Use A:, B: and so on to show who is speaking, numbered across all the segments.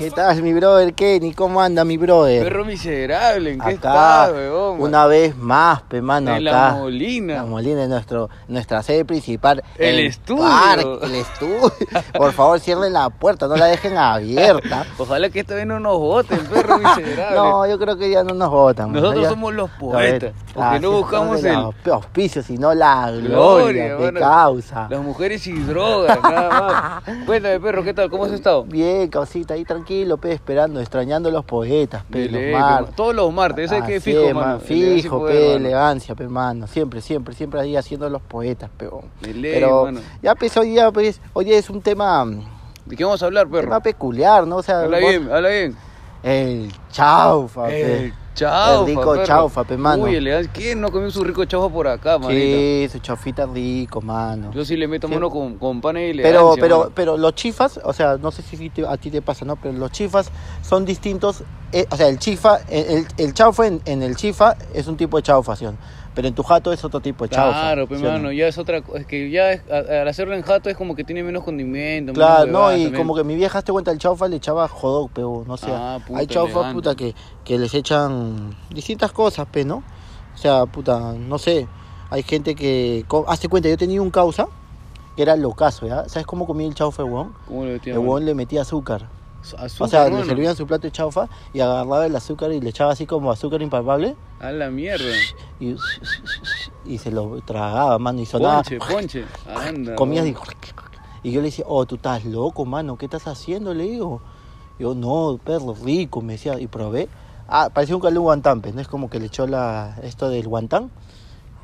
A: estás, mi brother Kenny? ¿Cómo anda, mi brother?
B: Ah, Perro miserable, ¿en qué estás, weón?
A: una vez más, pe mano,
B: En
A: acá.
B: la Molina.
A: La Molina es nuestro, nuestra sede principal.
B: El estudio.
A: parque, el estudio. Por favor, cierren la puerta, no la dejen abierta.
B: Ojalá que esta vez no nos voten, perro miserable.
A: No, yo creo que ya no nos votan. mano,
B: Nosotros
A: ya-
B: somos los
A: A ver,
B: poetas,
A: así
B: porque no
A: somos
B: buscamos
A: de
B: el
A: los auspicios, sino la gloria,
B: gloria,
A: que
B: mano.
A: causa.
B: Las mujeres y drogas, nada más. Cuéntame, perro, ¿qué tal? ¿Cómo has estado?
A: Bien, causita, ahí tranquilo, pe, esperando, extrañando a los poetas, pe,
B: De ley,
A: los mar-
B: pe, Todos los martes, ese que
A: Así
B: fijo,
A: es,
B: mano.
A: Ah, man, Fijo, pe, elegancia, pe, mano. Siempre, siempre, siempre ahí haciendo los poetas, peón.
B: De ley,
A: Pero
B: mano.
A: ya pues hoy día, pues, hoy día es un tema, mm,
B: ¿De qué vamos a hablar,
A: tema
B: perro?
A: peculiar, ¿no? O sea,
B: Habla
A: vos-
B: bien, habla bien.
A: el chaufa,
B: El
A: pe.
B: chaufa,
A: El rico
B: perro.
A: chaufa, pe, mano.
B: Uy, elegancia. ¿Quién no comió su rico chaufa por acá, manito?
A: Sí, su chaufita rico, mano.
B: Yo sí le meto
A: Sí.
B: mano con, con pan y elegancia.
A: Pero, pero,
B: mano.
A: pero los chifas, o sea, no sé si te- a ti te pasa, ¿no? Pero los chifas son distintos. eh, o sea, el chifa, el, el chaufa en, en el chifa es un tipo de chaufación. Pero en tu jato es otro tipo de chaufa.
B: Claro, pe,
A: ¿sí o no?
B: mano, ya es otra cosa. Es que ya es- a- al hacerlo en jato es como que tiene menos condimento. menos
A: Claro, no,
B: huevadas
A: y
B: también.
A: como que mi vieja te cuenta el chaufa le echaba jodog, pero no sé.
B: Ah, puta,
A: hay chaufas,
B: elegante.
A: puta, que, que les echan distintas cosas, pe, ¿no? O sea, puta, no sé. Hay gente que. co- Hazte cuenta, yo tenía un causa que era locazo, ¿ya? ¿Sabes cómo comía el chaufa, el huevón?
B: ¿Cómo le metía,
A: El
B: mano?
A: huevón le metía azúcar.
B: Azúcar,
A: O sea,
B: mano.
A: le servían su plato de chaufa y agarraba el azúcar y le echaba así como azúcar impalpable
B: A la mierda.
A: y, y se lo tragaba, mano, y sonaba.
B: Ponche, ponche. Anda.
A: comías
B: mano.
A: y, y yo le decía, oh, tú estás loco, mano, ¿qué estás haciendo? Le digo, yo, no, perro, rico, me decía, y probé. Ah, parecía un calú guantán, pues, no es como que le echó la, esto del guantán,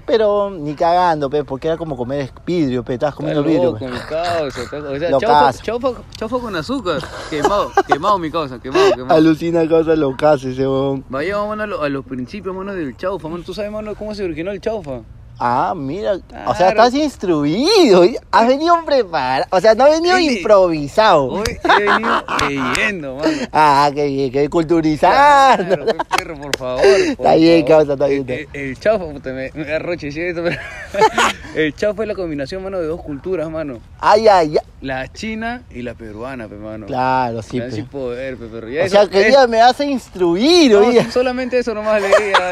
A: pero ni cagando, pe, porque era como comer vidrio, pe, estabas comiendo
B: Está
A: vidrio. pues.
B: loco,
A: pe.
B: mi causa, está- o sea,
A: Lo
B: chaufa,
A: caso.
B: chaufa- chaufa con azúcar. Quemado, quemado mi causa, quemado, quemado.
A: Alucina cosas locas ese huevón.
B: Vayamos mano, a, lo- a los principios, mano, del chaufa, mano. ¿Tú sabes, mano, cómo se originó el chaufa?
A: Ah, mira, o sea,
B: Claro.
A: estás instruido, y has venido preparado, o sea, no has venido
B: Sí.
A: improvisado.
B: Hoy he venido leyendo, mano.
A: Ah, qué bien, qué bien, culturizarnos.
B: Claro, pues, perro, por favor. por
A: Ah, Está bien,
B: favor.
A: causa, está bien, está
B: El, el- el chaufa, puta, me, me arroche, sí, esto, pero- El chaufa es la combinación, mano, de dos culturas, mano.
A: Ay, ay, ay.
B: La china y la peruana, pe, mano.
A: Claro, sí, pues.
B: Ya
A: pe.
B: sin poder, pe, perro. Ya
A: O
B: eso-
A: sea, que
B: es-
A: ella me hace instruir,
B: no,
A: hoy día.
B: solamente eso nomás le diga.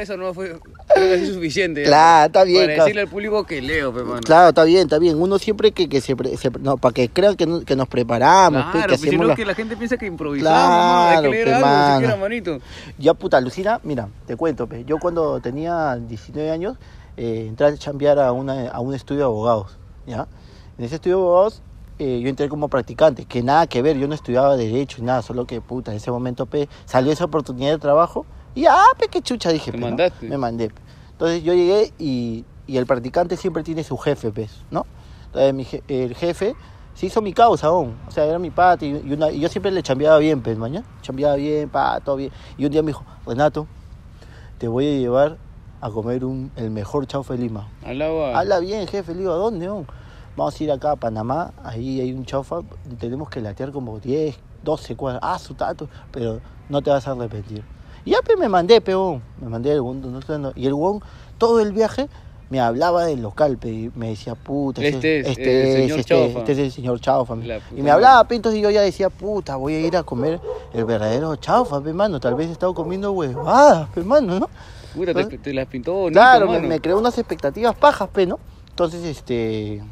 B: Eso nomás fue creo que es suficiente. ya.
A: Claro, está bien,
B: Para
A: claro.
B: decirle al público que leo, pe, mano.
A: Claro, está bien, está bien. Uno siempre que, que se, pre- se pre- no, para que crean que, no- que nos preparamos, pe,
B: Claro,
A: pues, que
B: pe, si
A: hacemos
B: no
A: la-
B: que la gente piensa que improvisamos, mano, hay
A: Claro,
B: que leer
A: pe,
B: algo,
A: mano.
B: siquiera, manito.
A: Ya puta, Lucina, mira, te cuento, pe. yo cuando tenía 19 años eh, entré a chambear a, una, a un estudio de abogados, ¿ya? En ese estudio de abogados eh, yo entré como practicante, que nada que ver, yo no estudiaba derecho, nada, solo que puta, en ese momento pe, salió esa oportunidad de trabajo y ah, pe, qué chucha dije,
B: Te
A: pe, ¿no?
B: mandaste.
A: Me mandé. pe. Entonces yo llegué y, y el practicante siempre tiene su jefe, pues, ¿no? Entonces mi je- el jefe se hizo mi causa aún. O sea, era mi pata y, y una- y yo siempre le chambeaba bien, pues, mañana. Chambeaba bien, pa, todo bien. Y un día me dijo, Renato, te voy a llevar a comer un, el mejor chaufa de Lima.
B: Al agua.
A: Habla bien, jefe, le digo, ¿a dónde? no? Vamos a ir acá a Panamá, ahí hay un chaufa, tenemos que latear como 10, 12 cuadras. Ah, su tato, pero no te vas a arrepentir. Y ya pe, me mandé, peón, me mandé el huevón, no sé, no. y el huevón, todo el viaje me hablaba del local, pe, y me decía, puta,
B: Este es el señor
A: este, es,
B: chaufa.
A: este es el señor chaufa.
B: La puta
A: Y me
B: madre.
A: hablaba, pe, entonces yo ya decía, puta, voy a ir a comer el verdadero chaufa, pe, mano, tal vez he estado comiendo huevadas, pe, mano, ¿no?
B: Puta, te, te las pintó bonito,
A: Claro, me,
B: mano.
A: me creó unas expectativas pajas, pe, ¿no? Entonces, este.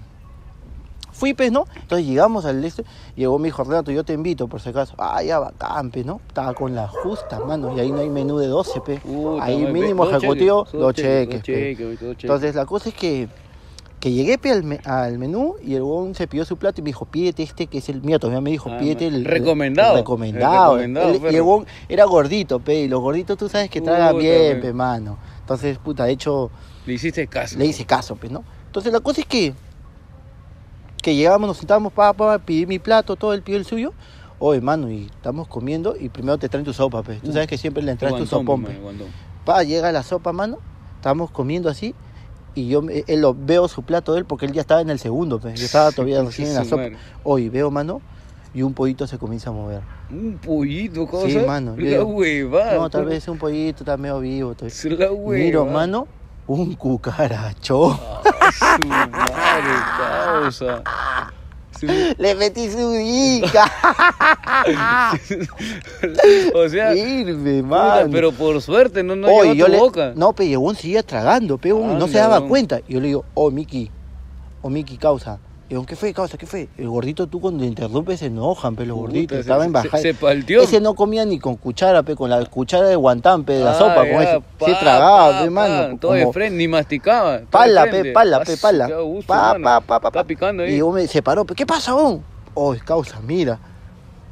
A: Fui, pues, ¿no? Entonces llegamos al este, llegó mi hijo Renato, yo te invito, por si acaso. Ah, ya bacán, pe, ¿no? Estaba con la justa, mano, y ahí no hay menú de 12, pe.
B: Puta
A: ahí
B: madre,
A: mínimo
B: dos cheques,
A: ejecutivo,
B: dos
A: los cheques,
B: cheques, dos
A: pe.
B: cheques, dos cheques.
A: pues. Entonces, la cosa es que, que llegué, pe, al, me- al menú y el huevón se pidió su plato y me dijo, pídete este que es el mío. Todavía me dijo,
B: Ah,
A: pídete
B: ma-
A: el. el-
B: recomendado.
A: el recomendado.
B: El recomendado,
A: El- y el
B: perro.
A: huevón era gordito, pe, y los gorditos tú sabes que tragan
B: Puta,
A: bien,
B: pe.
A: pe, mano. Entonces, puta, de hecho
B: Le hiciste caso.
A: le hice caso, pues, ¿no? Entonces la cosa es que, que llegamos, nos sentamos, pa, pa, pedí mi plato, todo, él pidió el suyo. Oye, mano, y estamos comiendo y primero te traen tu sopa, pues. Tú
B: Uh,
A: sabes que siempre le traes tu
B: Guantón,
A: sopón,
B: mi
A: pues.
B: mano, guantón.
A: Pa, llega la sopa, mano, estamos comiendo así y yo me- él lo, veo su plato de él porque él ya estaba en el segundo, pues. Yo estaba todavía
B: Conche
A: recién en
B: su
A: la sopa.
B: madre.
A: Oye, veo, mano, y un pollito se comienza a mover.
B: Un pollito, cosa.
A: Sí, mano, yo
B: La
A: digo,
B: huevada.
A: no, tal
B: perro.
A: vez un pollito está medio vivo. todavía.
B: Es La huevada.
A: Miro, mano, un cucarachón.
B: Ah, su madre, causa.
A: Le metí su dica.
B: o sea,
A: Irme,
B: puta,
A: mano.
B: pero por suerte no, no
A: Oye,
B: llegó a
A: yo
B: tu
A: le-
B: boca.
A: No, pe, llegó un seguía tragando, pe, un- no se
B: Anda,
A: daba
B: weón.
A: cuenta. Y yo le digo, oh, Miki, oh, Miki, causa. Y digo, ¿qué fue, causa? ¿Qué fue? El gordito, tú cuando interrumpes se enojan, pe, los
B: Puta,
A: gorditos.
B: se-
A: Estaba en
B: se-
A: bajada.
B: se palteó.
A: Ese no comía ni con cuchara, pe, con la cuchara de guantán, pe, de la
B: Ah,
A: sopa.
B: ya,
A: con ese.
B: pa,
A: se tragaba,
B: pa,
A: pe, mano.
B: pa, Todo de
A: como-
B: frente, ni masticaba. todo de
A: Pala, pe,
B: frente.
A: pala, pe,
B: Ah,
A: pala.
B: qué gusto,
A: Pa,
B: mano.
A: pa, pa, pa,
B: Está
A: pa.
B: picando
A: Y
B: ahí.
A: yo me separó, pe, ¿qué pasa, aún? Oh, causa, mira.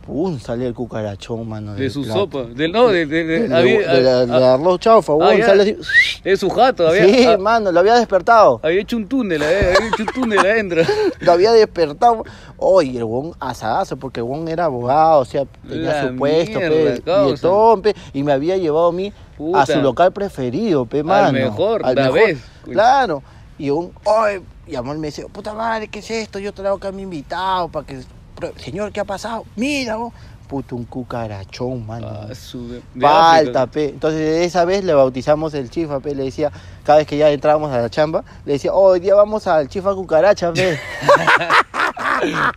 A: Pum, salió el cucarachón, mano.
B: De
A: del
B: su
A: plato.
B: sopa. Del, no, de, de, de-
A: Del-
B: había-
A: de la- de
B: ah,
A: la arroz chaufa,
B: ah,
A: weón,
B: ya.
A: sale así.
B: de su jato. Había,
A: sí,
B: ah,
A: mano, lo había despertado.
B: había hecho un túnel, había, había hecho un túnel adentro.
A: Lo había despertado. Oye, el weón asadazo, porque el weón era abogado, o sea, tenía
B: La
A: su puesto,
B: mierda,
A: pe,
B: causa.
A: billetón, pe, y me había llevado a mí
B: Puta.
A: a su local preferido, pe, mano.
B: mejor, la vez. pues.
A: Claro. Y un, oye, llamó al mesero, puta madre, ¿qué es esto? Yo traigo acá a mi invitado para que, pruebe". señor, ¿qué ha pasado? Mira, vos. Puto, un cucarachón, mano.
B: Ah, su- de- de
A: Falta,
B: África.
A: pe. Entonces, de esa vez le bautizamos el chifa, pe. Le decía, cada vez que ya entrábamos a la chamba, le decía, oh, hoy día vamos al chifa cucaracha, pe.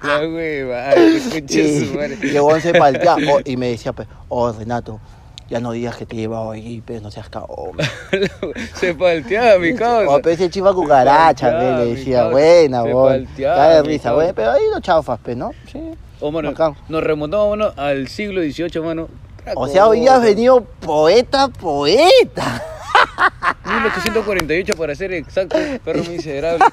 B: La hueva, ay, qué concha de su madre.
A: y llegó once palteado. Oh, y me decía, pe, oh, Renato, ya no digas que te he llevado ahí, pe, no seas cabrón.
B: Se palteaba mi causa.
A: Oh, pe, ese chifa cucaracha, pe.
B: palteaba,
A: Le
B: mi
A: decía,
B: causa.
A: buena,
B: Se
A: bon.
B: palteaba,
A: Cae de
B: mi
A: risa,
B: causa.
A: bueno. Pero ahí lo chaufas, pe, ¿no? Sí.
B: Oh, mano,
A: Bacán.
B: nos remontamos, mano, al siglo XVIII, mano.
A: O sea, hoy ya has
B: Otra cosa.
A: venido poeta, poeta.
B: 1848 para ser exacto, perro miserable.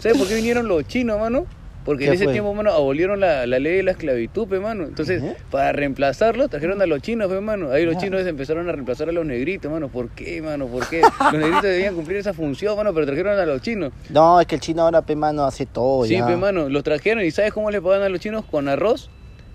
B: ¿Sabes por qué vinieron los chinos, mano? Porque en
A: ¿Qué
B: ese
A: fue?
B: tiempo, mano, abolieron la, la ley de la esclavitud, pe, mano. Entonces,
A: Ujú.
B: para reemplazarlos, trajeron a los chinos, pe, mano. Ahí los
A: Ya.
B: chinos empezaron a reemplazar a los negritos, mano. ¿Por qué, mano? ¿Por qué? Los negritos debían cumplir esa función, mano, pero trajeron a los chinos.
A: No, es que el chino ahora, pe, mano, hace todo,
B: sí,
A: ya.
B: pe, mano, los trajeron y ¿sabes cómo le pagaban a los chinos? Con arroz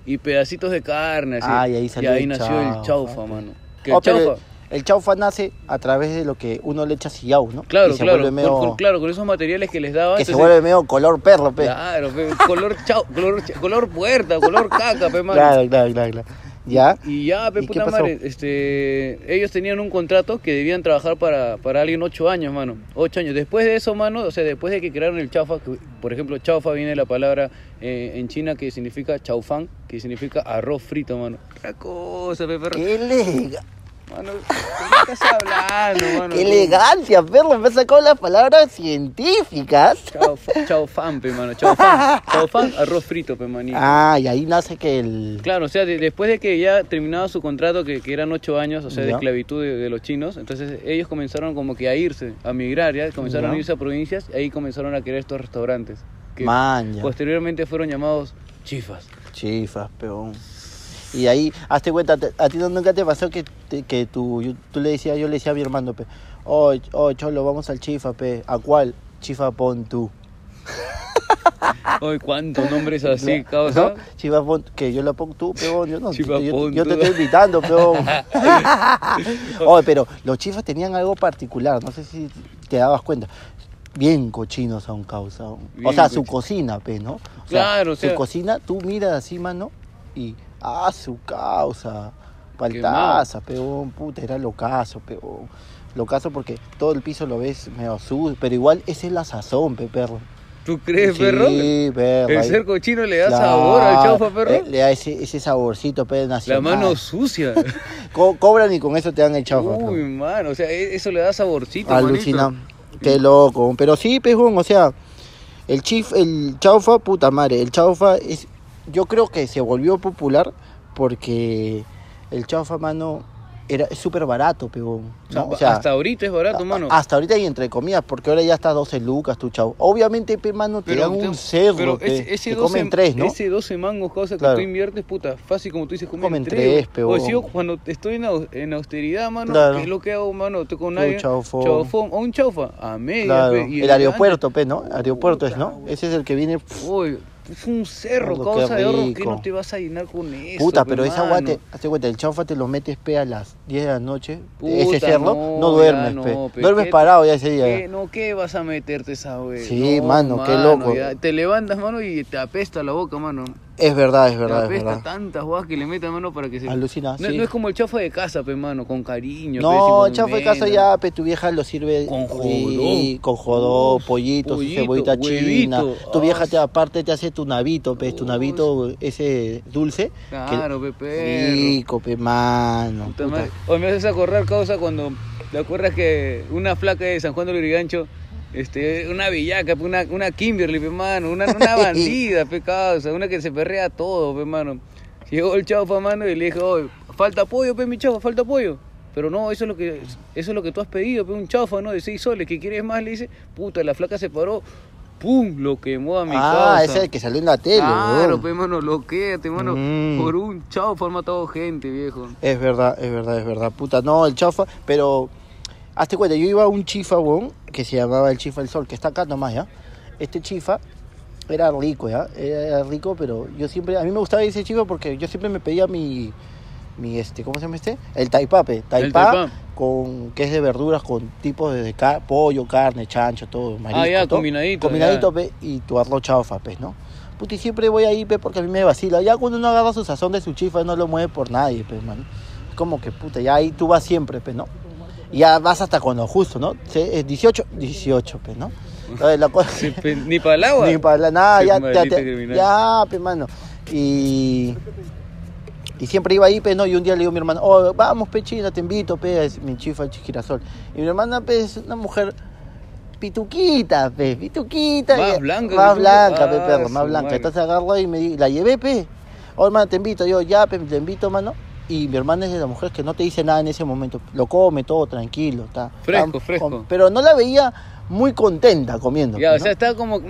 B: y pedacitos de carne, así.
A: Ah, y ahí salió el
B: nació el
A: chaufa,
B: chaufa,
A: pe.
B: mano. Que
A: Oh,
B: el
A: pero
B: chaufa...
A: El chaufa nace a través de lo que uno le echa sillao, ¿no?
B: Claro,
A: Y se
B: claro,
A: vuelve
B: con,
A: medio,
B: con- claro, con esos materiales que les daban.
A: que se
B: entonces-
A: vuelve medio color perro, pe.
B: Claro, pe, color chau, color, cha- color puerta, color caca, pe, mano.
A: Claro, claro, claro, claro. ¿Ya?
B: Y ya,
A: ¿Y
B: pe,
A: qué
B: puta
A: pasó?
B: madre, este, ellos tenían un contrato que debían trabajar para, para alguien ocho años, mano. Ocho años. Después de eso, mano, o sea, después de que crearon el chaufa, que, por ejemplo, chaufa viene de la palabra eh, en China que significa chaufán, que significa arroz frito, mano. Otra cosa, pe, perro.
A: ¡Qué, elega-
B: Mano, ¿qué estás hablando, mano?
A: qué elegancia, perro! Me sacó las palabras científicas.
B: Chau, chau fan, pe, mano. Chau fan. Chau fan, arroz frito, pe, manito.
A: Ah, y ahí nace que el...
B: Claro, o sea, de- después de que ya terminaba su contrato, que, que eran ocho años, o sea, de
A: Ya.
B: esclavitud de, de los chinos, entonces ellos comenzaron como que a irse, a migrar, ya comenzaron
A: Ya.
B: a irse a provincias, y ahí comenzaron a crear estos restaurantes, que pues.
A: Man, ya.
B: posteriormente fueron llamados chifas.
A: Chifas, peón. Y ahí, hazte cuenta, te- a ti no- nunca te pasó que, te- que tú, yo- tú le decías, yo le decía a mi hermano, pe, oh, ch- oh, cholo, vamos al chifa, pe. ¿A cuál? Chifa pon tú.
B: Ay, cuántos nombres así, ¿ah?
A: ¿No?
B: causa.
A: Chifa pon- que yo la pongo tú, peón, yo no,
B: Chifa
A: yo,
B: pon
A: yo te
B: tú.
A: estoy invitando, peón. Oye, pero los chifas tenían algo particular, no sé si te dabas cuenta. Bien cochinos aún causa. aún. o
B: Bien
A: sea, su
B: cochinos.
A: cocina, pe, ¿no? O sea,
B: Claro, o sea-
A: Su cocina, tú miras así, mano, y ah, su causa. Paltaza, peón, puta, era locazo, peón. Locazo porque todo el piso lo ves medio sucio, pero igual esa es la sazón, pe, perro.
B: ¿Tú crees,
A: Sí,
B: perro?
A: perro,
B: El
A: ahí-
B: cerco chino le da
A: Claro,
B: sabor al chaufa, perro.
A: eh, Le da ese, ese saborcito, pe,
B: La
A: nacional.
B: mano sucia.
A: Co- cobran y con eso te dan el chaufa. pe.
B: Uy, mano, o sea, e- eso le da saborcito,
A: Alucina.
B: manito.
A: Qué loco. Pero sí, pejón, o sea, el chif, el chaufa, puta madre, el chaufa es, yo creo que se volvió popular porque el chaufa, mano, era es súper barato, pejón.
B: O sea,
A: ¿no? O sea,
B: hasta ahorita es barato,
A: a-
B: mano.
A: Hasta ahorita y entre comillas, porque ahora ya está 12 lucas tu chau. Obviamente, pe, mano, te dan un
B: te-
A: cerdo,
B: pero
A: pe.
B: ese, ese
A: te
B: 12,
A: comen tres, ¿no?
B: Ese 12 mangos, cosa que
A: Claro.
B: tú inviertes, puta, fácil como tú dices, comen,
A: Comen
B: tres.
A: tres, pe,
B: Oye, si yo
A: huevón.
B: cuando estoy en, au- en austeridad, mano,
A: Claro.
B: ¿qué es lo que hago, mano? Estoy con nadie.
A: chaufón.
B: O un chaufa, a media,
A: Claro.
B: pe, y
A: El
B: elegante.
A: aeropuerto, pe, ¿no? Aeropuerto es,
B: Puta,
A: ¿no?
B: güey.
A: Ese es el que viene
B: Uy, es un cerro,
A: Mano, qué
B: causa de oro, que
A: rico.
B: no te vas a llenar con eso.
A: Puta,
B: pe,
A: pero esa agua te.
B: mano.
A: Hazte cuenta, el chaufa te lo metes pe a las 10 de la noche.
B: Puta,
A: ese cerdo,
B: no,
A: no,
B: ya
A: duermes,
B: no,
A: pe.
B: pe,
A: Duermes
B: ¿qué-
A: parado ya ese día.
B: ¿Qué, no, ¿qué vas a meterte esa wey?
A: Sí,
B: No,
A: mano, qué loco.
B: ya. Te levantas, mano, y te apesta la boca, mano.
A: Es verdad, es verdad,
B: La
A: es
B: pesta,
A: verdad.
B: tantas guas que le meta mano para que se.
A: Alucina,
B: no,
A: sí.
B: no es como el chafa de casa, pe mano, con cariño. pe,
A: No,
B: sin
A: el chafa de casa
B: condimento.
A: ya, pe, tu vieja lo sirve
B: Con jodó.
A: y- con jodó,
B: Uf,
A: pollito, su
B: pollito,
A: cebollita
B: huevito.
A: china. Tu vieja te,
B: Ah.
A: aparte te hace tu navito, pe, tu
B: Uf.
A: navito ese dulce. que-
B: Claro, pe, perro.
A: Rico, pe, mano.
B: Puta
A: puta.
B: madre. O me haces acordar, causa, cuando te acuerdas que una flaca de San Juan de Lurigancho, este, una villaca, pe, una, una Kimberly, pe, mano, una, una bandida, pe, causa, una que se perrea todo, pe, mano. Llegó el chavo, pe, mano, y le dijo, "Oye, falta pollo, pe, mi chavo, falta pollo. Pero no, eso es lo que eso es lo que tú has pedido, pe, un chaufa, ¿no? De seis soles, ¿qué quieres más? Le dice, puta, la flaca se paró, pum, lo quemó a mi
A: Ah,
B: causa.
A: ese es el que salió en la tele,
B: Claro,
A: huevón.
B: pe, mano, loquete, mano.
A: Mm.
B: Por un chaufa han matado gente, viejo.
A: Es verdad, es verdad, es verdad. Puta, no, el chafa, pero. Hazte cuenta, yo iba a un chifa, weón, que se llamaba el chifa del sol, que está acá nomás, ¿ya? Este chifa era rico, ¿ya? Era, era rico, pero yo siempre. A mí me gustaba ese chifa porque yo siempre me pedía mi. Mi este, ¿cómo se llama este? El taipape. Taipá,
B: taipá.
A: con que es de verduras con tipos de ca- pollo, carne, chancho, todo, marisco,
B: Ah, ya,
A: todo.
B: combinadito,
A: Combinadito, pe, y tu arroz chaufa, pues, ¿no? Puta, y siempre voy ahí, pe, porque a mí me vacila. Ya cuando uno agarra su sazón de su chifa, no lo mueve por nadie, pe, man. Es como que, puta, ya ahí tú vas siempre, pe, ¿no? Y ya vas hasta con lo justo, ¿no? Se- es 18, 18, pe, ¿no? Entonces, la cosa...
B: Ni pe- Ni para el agua.
A: Ni para la- nada,
B: Qué
A: ya, ya,
B: maldito
A: te-
B: criminal.
A: ya, pe, mano. Y, y siempre iba ahí, pe, no, y un día le digo a mi hermana, oh, vamos, pe, china, te invito, pe, es mi chifa el girasol. Y mi hermana, pe, es una mujer pituquita, pe, pituquita.
B: Más
A: y-
B: blanca que
A: Más
B: tú.
A: blanca,
B: Ah,
A: pe, perro,
B: su
A: más blanca.
B: madre.
A: Entonces agarro y me di- la llevé, pe, oh, hermana, te invito, yo, ya, pe, te invito, mano. Y mi hermana es de las mujeres que no te dice nada en ese momento, lo come todo tranquilo, está.
B: Fresco,
A: está-
B: fresco.
A: con- pero no la veía muy contenta comiendo.
B: Ya,
A: pe,
B: o
A: ¿no?
B: sea, está como.
A: Mm,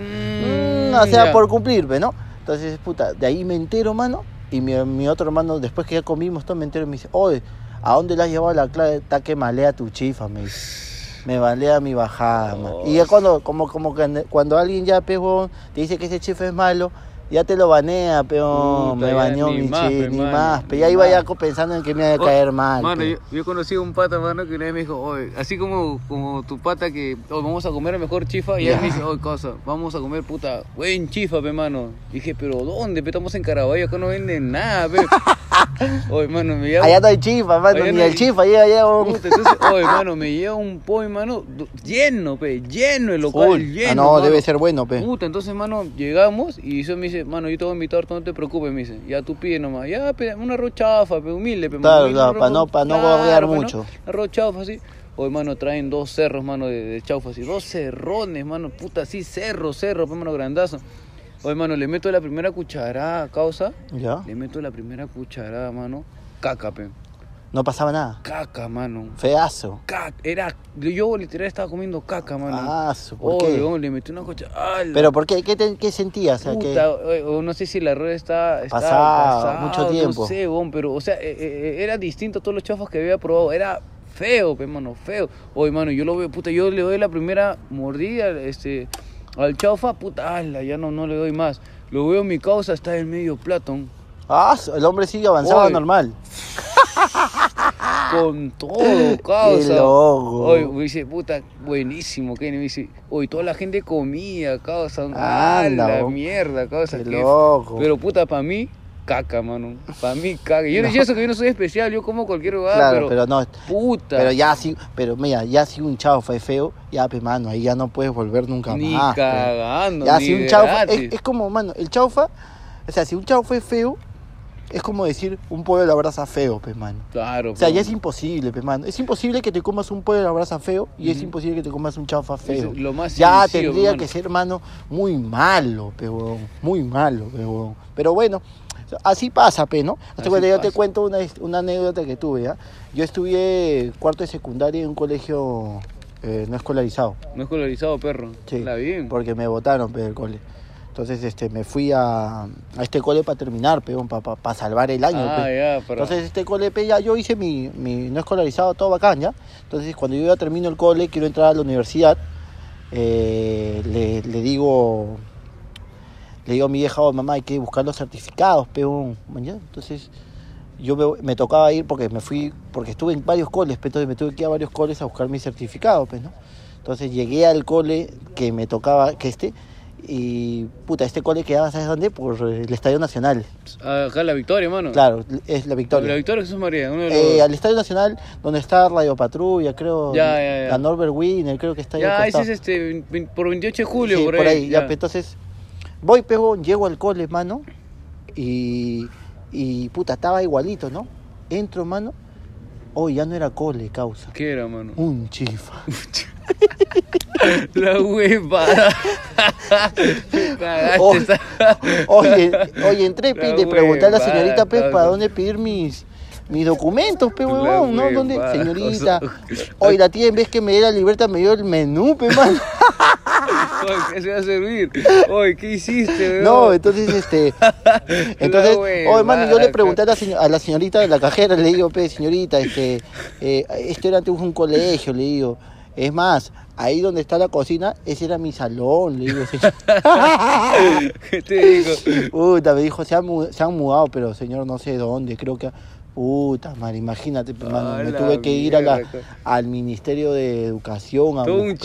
B: mm,
A: o sea,
B: ya.
A: por cumplir, pe, ¿no? Entonces, puta, de ahí me entero, mano. Y mi, mi otro hermano, después que ya comimos, todo me entero y me dice, oye, ¿a dónde la has llevado la clave? Está que malea tu chifa, me dice. Me malea mi bajada, man". Y
B: Oh.
A: ya cuando, como, como que cuando alguien ya, peón, te dice que ese chifa es malo, ya te lo banea, peón.
B: Puta,
A: me
B: ya
A: bañó
B: ni
A: mi
B: más,
A: chifa,
B: pe,
A: ni
B: mano,
A: más. Pero
B: ni
A: ya iba
B: más. Oh,
A: ya co- pensando en que me iba a caer mal.
B: Mano,
A: pe.
B: yo, yo conocí a un pata, mano, que una vez me dijo, oye, así como, como tu pata que "Oh, vamos a comer el mejor chifa, y él
A: Ya.
B: me dice, oye, cosa, vamos a comer puta, buen chifa, pe, mano. Dije, pero ¿dónde? Pe, estamos en Caraballo, acá no venden nada, pe. oye, mano, me lleva.
A: Allá no hay chifa, mano,
B: Allá
A: ni
B: no hay-
A: el chifa llega allá.
B: Puta, entonces, oye, mano, me lleva un pollo, mano, du- lleno, pe, lleno el local, lleno.
A: Ah, no,
B: mano.
A: debe ser bueno, pe.
B: Puta, entonces, mano, llegamos y eso me dice, mano, yo te voy a invitar, tú no te preocupes, me dice, ya tú pide nomás, ya, pe, un arroz chafa, pe, humilde, pe,
A: Claro,
B: humilde,
A: claro,
B: un
A: pa'
B: arroz-
A: no- pa' no
B: claro,
A: gorrear
B: pa' no-
A: mucho.
B: Arroz chaufa, así. Hoy, mano, traen dos cerros, mano, de, de chaufa, así, dos cerrones, mano, puta, así, cerro, cerro, pe, mano, grandazo. Hoy, mano, le meto la primera cucharada, causa,
A: ¿Ya?
B: le meto la primera cucharada, mano, caca, pe,
A: No pasaba nada.
B: caca, mano,
A: Feazo.
B: caca, era, yo literal estaba comiendo caca, mano.
A: Ah, su- ¿por
B: Oh,
A: qué?
B: weón, le metí una cucharada. ala.
A: Pero ¿por qué? ¿Qué, te- qué sentías? O sea, que-
B: Puta, o- o no sé si la rueda está, está
A: Pasado, mucho tiempo.
B: No sé, bon, pero, o sea, eh, eh, era distinto a todos los chafas que había probado. Era feo, pe, mano, feo. Oye, mano, yo lo veo, puta, yo le doy la primera mordida este, al chafa, puta, ala, ya no, no le doy más. Lo veo, mi causa está en medio platón.
A: Ah, su- el hombre sigue avanzando
B: Uy.
A: normal.
B: Con todo, causa.
A: Qué loco.
B: Oye, me dice, puta, buenísimo, Kenny. Me dice, oye, toda la gente comía, causa.
A: Ah,
B: Ah, la
A: no.
B: mierda, causa.
A: Qué
B: que-
A: loco.
B: Pero puta, para mí, caca, mano. Para mí, caca. Yo, yo sé que yo no soy especial, yo como cualquier lugar,
A: claro,
B: pero,
A: pero, no.
B: puta.
A: Pero ya sí, pero mira, ya si un chavo fue feo, ya, pe, mano, ahí ya no puedes volver nunca
B: ni
A: más. pe.
B: cagando,
A: ya
B: ni
A: si un chaufa,
B: gratis.
A: es, es como, mano, el chaufa, o sea, si un chaufa es feo, es como decir un pollo a la brasa feo, pe, mano.
B: Claro, pues.
A: O sea,
B: pero-
A: ya es imposible, pe, mano. Es imposible que te comas un pollo a la brasa feo y es imposible que te comas un chaufa feo.
B: lo más
A: ya
B: sencillo,
A: tendría
B: pe,
A: que
B: mano.
A: ser, hermano, muy malo, pe, huevón. Muy malo, pe, huevón. Pero bueno, así pasa, pe, ¿no? Hasta
B: Así
A: cuando yo te
B: pasa.
A: cuento una, his- una anécdota que tuve, ¿ya? Yo estudié cuarto de secundaria en un colegio eh, no escolarizado.
B: No es colorizado, perro.
A: Sí,
B: La bien.
A: Porque me votaron, pe, del cole. Entonces, este, me fui a, a este cole para terminar, peón, para salvar el año,
B: Ah,
A: pe.
B: ya, para-
A: Entonces este cole, pe, ya yo hice mi, mi no escolarizado, todo bacán, ¿ya? Entonces cuando yo ya termino el cole, quiero entrar a la universidad, eh, le, le digo, le digo a mi vieja, oh, mamá, hay que buscar los certificados, peón, ¿ya? Entonces yo me, me tocaba ir porque me fui, porque estuve en varios coles, pe, entonces me tuve que ir a varios coles a buscar mi certificado, pues, ¿no? Entonces llegué al cole que me tocaba, que este, Y puta, este cole quedaba, ¿sabes dónde? Por el Estadio Nacional.
B: Acá la victoria, mano.
A: Claro, es la
B: Ah. La
A: victoria.
B: victoria de Jesús María. uno de los-
A: Eh, al Estadio Nacional, donde está Radio Patrulla, creo.
B: Ya, ya, ya.
A: La Norbert Wiener, creo que está ahí. al
B: ya, ese
A: costado.
B: es este, vein- vein- por 28 de julio,
A: Sí,
B: por ahí.
A: ya,
B: ya.
A: pues, entonces, voy, pego, llego al cole, mano, y, y puta, estaba igualito, ¿no? Entro, mano, hoy ya no era cole, causa.
B: ¿Qué era, mano?
A: Un chifa.
B: La huevada. Cagaste,
A: Oye,
B: esa-
A: oye, oye, entré,
B: La
A: pe, y le pregunté a la
B: huevada,
A: señorita, pues,
B: causa.
A: para dónde pedir mis... Mis documentos, pe,
B: La
A: huevón, ¿no? ¿Dónde?
B: huevada,
A: Señorita.
B: causa.
A: Hoy la tía, en vez que me diera libertad, me dio el menú, pe, mano.
B: Oye, ¿Qué se va a servir? Oye, ¿qué hiciste, weón?
A: No, entonces, este. Entonces,
B: La
A: oh, hermano, yo le
B: huevada,
A: pregunté a la, seño- a la señorita de la cajera, le digo, pe, señorita, este. eh, esto era antes un colegio, le digo. Es más, ahí donde está la cocina, ese era mi salón, le digo. señor.
B: ¿Qué te digo?
A: Puta, me dijo, se han, mu- se han mudado, pero señor, no sé dónde, creo que. Puta, madre, imagínate, pe, hermano,
B: Ah,
A: me
B: la
A: tuve que ir a la-
B: mierda, co-
A: al Ministerio de Educación a
B: Todo un
A: buscar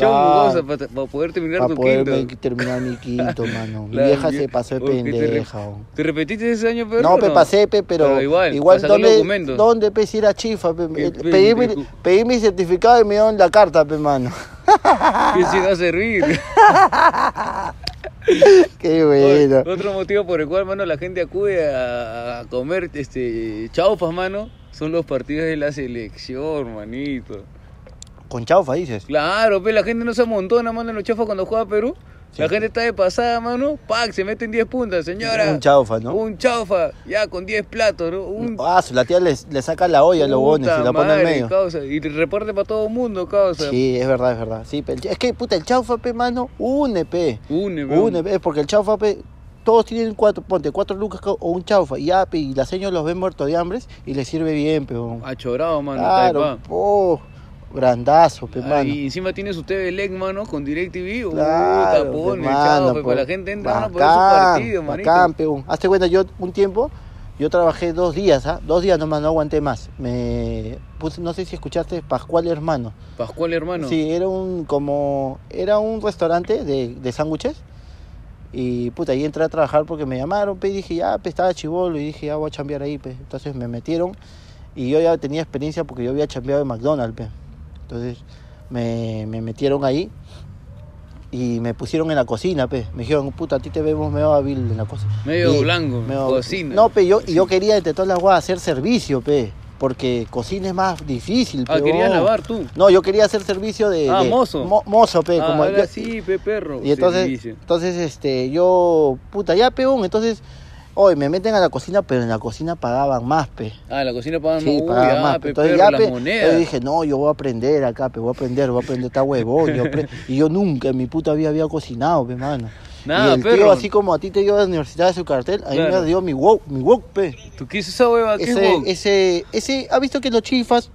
B: chongo para, poder terminar
A: para
B: tu
A: poderme
B: quinto.
A: terminar mi quinto, mano. Mi
B: La
A: vieja
B: mier-
A: se pasó de
B: Oh, que te re-
A: pendeja, oh.
B: ¿Te repetiste ese año, Pedro?
A: No,
B: o
A: pe pasé, pe, pero,
B: igual,
A: igual
B: para sacar los
A: ¿dónde,
B: documentos.
A: ¿dónde pe si era chifa? pe?
B: Qué
A: Eh, pedí, mi,
B: pendejo.
A: pedí mi certificado y me dieron la carta, pe mano.
B: ¿Qué se va a servir?
A: Qué
B: Oye,
A: bueno.
B: Otro motivo por el cual, mano, la gente acude a, a comer este chaufas, mano, son los partidos de la selección, manito.
A: Con chaufa dices.
B: Claro, pe, la gente no se amontona, mano, en los chaufas cuando juega Perú. La gente está de pasada, mano. Pac, se meten 10 puntas, señora.
A: Un chaufa, ¿no?
B: Un chaufa, ya con 10 platos, ¿no? Un
A: Ah, su- la tía le, le saca la olla a los bones
B: puta
A: y la pone en
B: madre,
A: medio.
B: causa, y reparte para todo el mundo, causa.
A: Sí, es verdad, es verdad. Sí, pe, el ch- es que puta, el chaufa, pe mano, une, pe.
B: Une, pe.
A: Une, pe, es porque el chaufa, pe, todos tienen cuatro, ponte, cuatro lucas co- o un chaufa. Y ya, pe, y la señora los ve muertos de hambre y les sirve bien, pe.
B: Ah,
A: weón.
B: Achorado, mano.
A: Claro,
B: taipa.
A: po, grandazo, pe,
B: Ah,
A: mano.
B: Y encima tiene su TV LED, mano, con DirecTV.
A: Claro,
B: Puta, pone,
A: hermano,
B: chao, pues,
A: pues,
B: para la gente entra mano, por esos
A: bacán,
B: partidos, manito.
A: bacán, peón. Hazte cuenta, yo un tiempo, yo trabajé dos días, ¿ah? dos días nomás, no aguanté más. Me puse, no sé si escuchaste, Pascual Hermano.
B: Pascual, hermano.
A: Sí, era un, como, era un restaurante de, de sándwiches. Y puta, ahí entré a trabajar porque me llamaron, pe, y dije, ya, pe, estaba chivolo, y dije, ya voy a chambear ahí, pe. Entonces me metieron y yo ya tenía experiencia porque yo había chambeado en McDonald's, pe. Entonces me, me metieron ahí y me pusieron en la cocina, pe. Me dijeron, puta, a ti te vemos medio hábil en la cocina.
B: Medio
A: Y-
B: blanco,
A: medio-
B: cocina.
A: No, pe, yo, y yo quería, entre todas las guas, hacer servicio, pe. Porque cocina es más difícil,
B: ah,
A: pe,
B: querías
A: oh.
B: lavar tú.
A: No, yo quería hacer servicio de.
B: Ah,
A: de-
B: mozo.
A: mo- mozo, pe.
B: ah,
A: como
B: ahora
A: yo-
B: sí, pe, perro.
A: Y entonces,
B: servicio.
A: entonces este, yo. Puta, ya, peón. Entonces, hoy me meten a la cocina, pero en la cocina pagaban más, pe.
B: Ah, la cocina pagando.
A: Sí,
B: Uy,
A: pagaban
B: ah,
A: más. pe.
B: pe,
A: Entonces,
B: perro,
A: ya,
B: la
A: pe,
B: moneda.
A: Yo dije, no, yo voy a aprender acá, pe. Voy a aprender, voy a aprender, está huevón. yo apre- y yo nunca en mi puta vida había cocinado, pe, mano.
B: Nada,
A: y el tío,
B: perro.
A: así como a ti te dio a la universidad de su cartel, a mí
B: Claro.
A: me dio mi wok, mi wok, pe.
B: ¿Tú qué es esa hueva? ¿Qué
A: Ese,
B: es
A: ese, ese, ¿ha visto que los chifas,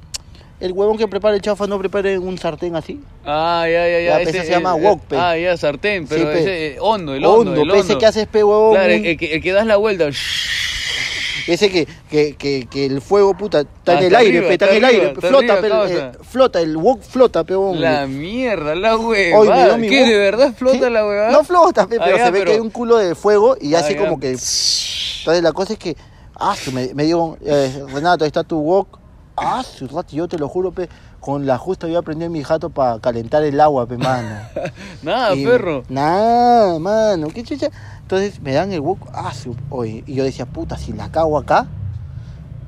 A: el huevón que prepara el chafa no prepara en un sartén así?
B: Ah, ya, ya,
A: Ya,
B: ya.
A: pe,
B: ese
A: ese se llama
B: eh,
A: wok, pe.
B: Ah, ya, sartén,
A: Sí,
B: pero
A: pe.
B: ese eh, hondo, el hondo, el
A: pe, ese
B: hondo.
A: que haces pe huevón.
B: Claro, eh,
A: un-
B: el, el que, el que das la vuelta.
A: Ese que, que, que, que el fuego, puta, está en
B: Ah,
A: el
B: está
A: aire,
B: arriba,
A: pe, está,
B: está
A: en el
B: arriba,
A: aire.
B: está
A: flota,
B: arriba,
A: pe,
B: causa.
A: eh, flota, el wok flota, pe, huevón.
B: La mierda, la hueva.
A: Hoy me dio mi
B: ¿Qué,
A: wok.
B: de verdad flota
A: Sí.
B: la hueva?
A: No flota, pe,
B: Ah,
A: pero
B: ya,
A: se ve
B: pero-
A: que hay un culo de fuego y
B: Ah,
A: hace
B: ya.
A: como que... Entonces la cosa es que, ah, su, me, me dio, eh, Renato, ahí está tu wok. Ah, su rato, yo te lo juro, pe, con la justa yo aprendí mi jato para calentar el agua, pe, mano.
B: Nada,
A: Y-
B: Ah, perro.
A: Nada, mano, qué chucha. Entonces me dan el wok, ah, su- oye, y yo decía, puta, si la cago acá,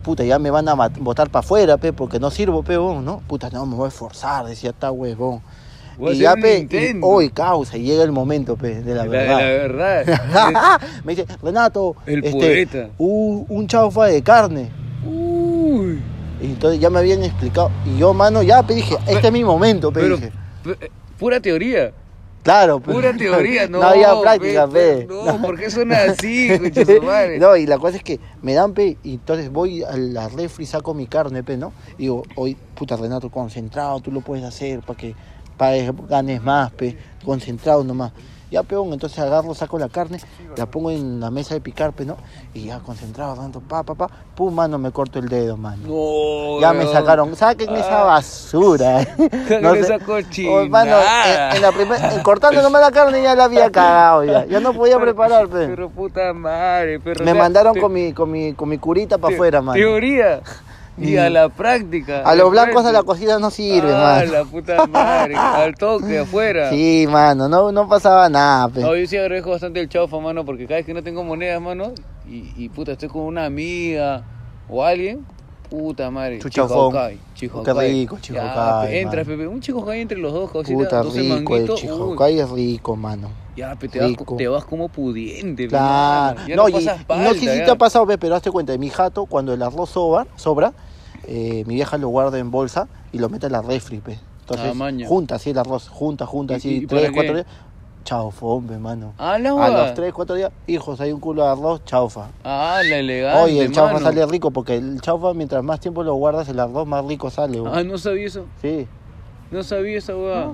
A: puta, ya me van a mat- botar para afuera, pe, porque no sirvo, pe, huevón, ¿no? Puta, no, me voy a esforzar, decía, está huevón.
B: Voy a
A: y
B: hacer
A: ya,
B: un
A: pe, y-
B: intento.
A: oye, causa, y llega el momento, pe, de la
B: La,
A: verdad.
B: la verdad.
A: me dice, Renato, este,
B: El poeta.
A: un, un chaufa de carne.
B: Uy.
A: Y entonces ya me habían explicado, y yo, mano, ya, pe, dije, este es mi momento, pe,
B: Pero,
A: dije.
B: pe- eh, pura teoría.
A: Claro, pe.
B: Pura teoría, no.
A: no había práctica, pe.
B: No, ¿por qué suena así, concha su madre?
A: No, y la cosa es que me dan pe, y entonces voy a la refri, saco mi carne, pe, ¿no? Y digo, hoy, puta Renato, concentrado, tú lo puedes hacer para que pagues- ganes más, pe, concentrado nomás. Ya, peón, entonces agarro, saco la carne, la pongo en la mesa de picar, pues, ¿no? Y ya concentrado, tanto, pa, pa, pa, pum, mano, me corto el dedo, mano.
B: No,
A: Ya me
B: weón.
A: sacaron, saquen esa basura. eh.
B: Sáquenle
A: sé.
B: Ah. esa
A: Oh, hermano,
B: cochinada.
A: en, en la primer- en cortando nomás la carne ya la había cagado ya. Ya no podía preparar, pe.
B: Pero puta madre, perro.
A: Me
B: O sea,
A: mandaron
B: te-
A: con mi, con mi, con mi curita para
B: te-
A: afuera, mano.
B: Teoría. Y a la práctica.
A: A los blancos a la
B: cocina
A: cocina no sirve,
B: ah,
A: mano.
B: la puta madre. al toque, afuera.
A: Sí, mano, no, no pasaba nada, pe.
B: No, yo sí agradezco bastante el chaufa, mano, porque cada vez que no tengo monedas, mano, y, y puta, estoy con una amiga o alguien, puta madre.
A: Tu chaufón.
B: Chihuacay, Chihuacay.
A: Qué rico, Chihuacay,
B: Ya, pe, Entras,
A: mano.
B: Pepe, un chihuacay entre los dos, causita,
A: Puta rico,
B: 12
A: el
B: manguitos, uy,
A: chihuahuay es rico, mano.
B: Ya, pe, te vas,
A: rico.
B: te vas como pudiente, pe,
A: Claro.
B: mano, ya
A: no,
B: no,
A: y- y,
B: pasas
A: no
B: palta,
A: sé si
B: ya.
A: te ha pasado, pe, pero hazte cuenta, mi jato, cuando el arroz sobra, sobra eh, mi vieja lo guarda en bolsa y lo mete en la refri, pe.
B: Ah,
A: Entonces,
B: maña.
A: junta así el arroz, junta, junta,
B: ¿Y-
A: así,
B: y para
A: tres,
B: qué?
A: cuatro días. Chaufón, pe, mano.
B: A la
A: A los
B: huevada.
A: tres, cuatro días, hijos, hay un culo de arroz, chaufa.
B: Ah, la elegante,
A: Oye, el chaufa
B: mano.
A: sale rico porque el chaufa, mientras más tiempo lo guardas, el arroz más rico sale. güey.
B: Ah, no sabía eso.
A: Sí.
B: No sabía esa huevada.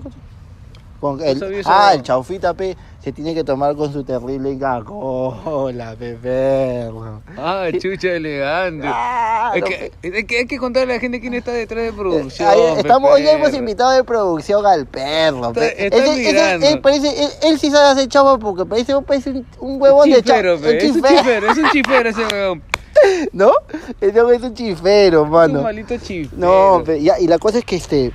A: Con el-
B: sabía esa
A: ah,
B: huevada.
A: el chaufita, pe, se tiene que tomar con su terrible Coca-Cola, pe, perro.
B: Ah, chucha elegante.
A: Ah,
B: Es
A: no,
B: que, es que hay que contarle a la gente quién está detrás de
A: pe.
B: producción.
A: Eh, Ahí
B: pe,
A: estamos, hoy hemos
B: perro.
A: invitado de producción al perro. pe.
B: Está- está
A: Ese- ese-
B: migrando.
A: él, parece, él, él sí sabe hacer chaufa porque parece, parece un, un huevón de chaufa.
B: Chifero, pe, Es un chifero, es un chifero ese weón.
A: ¿No? Ese hombre es un chifero,
B: Es un
A: mano.
B: malito chifero.
A: Ah, No, pe- ya, y la cosa es que este.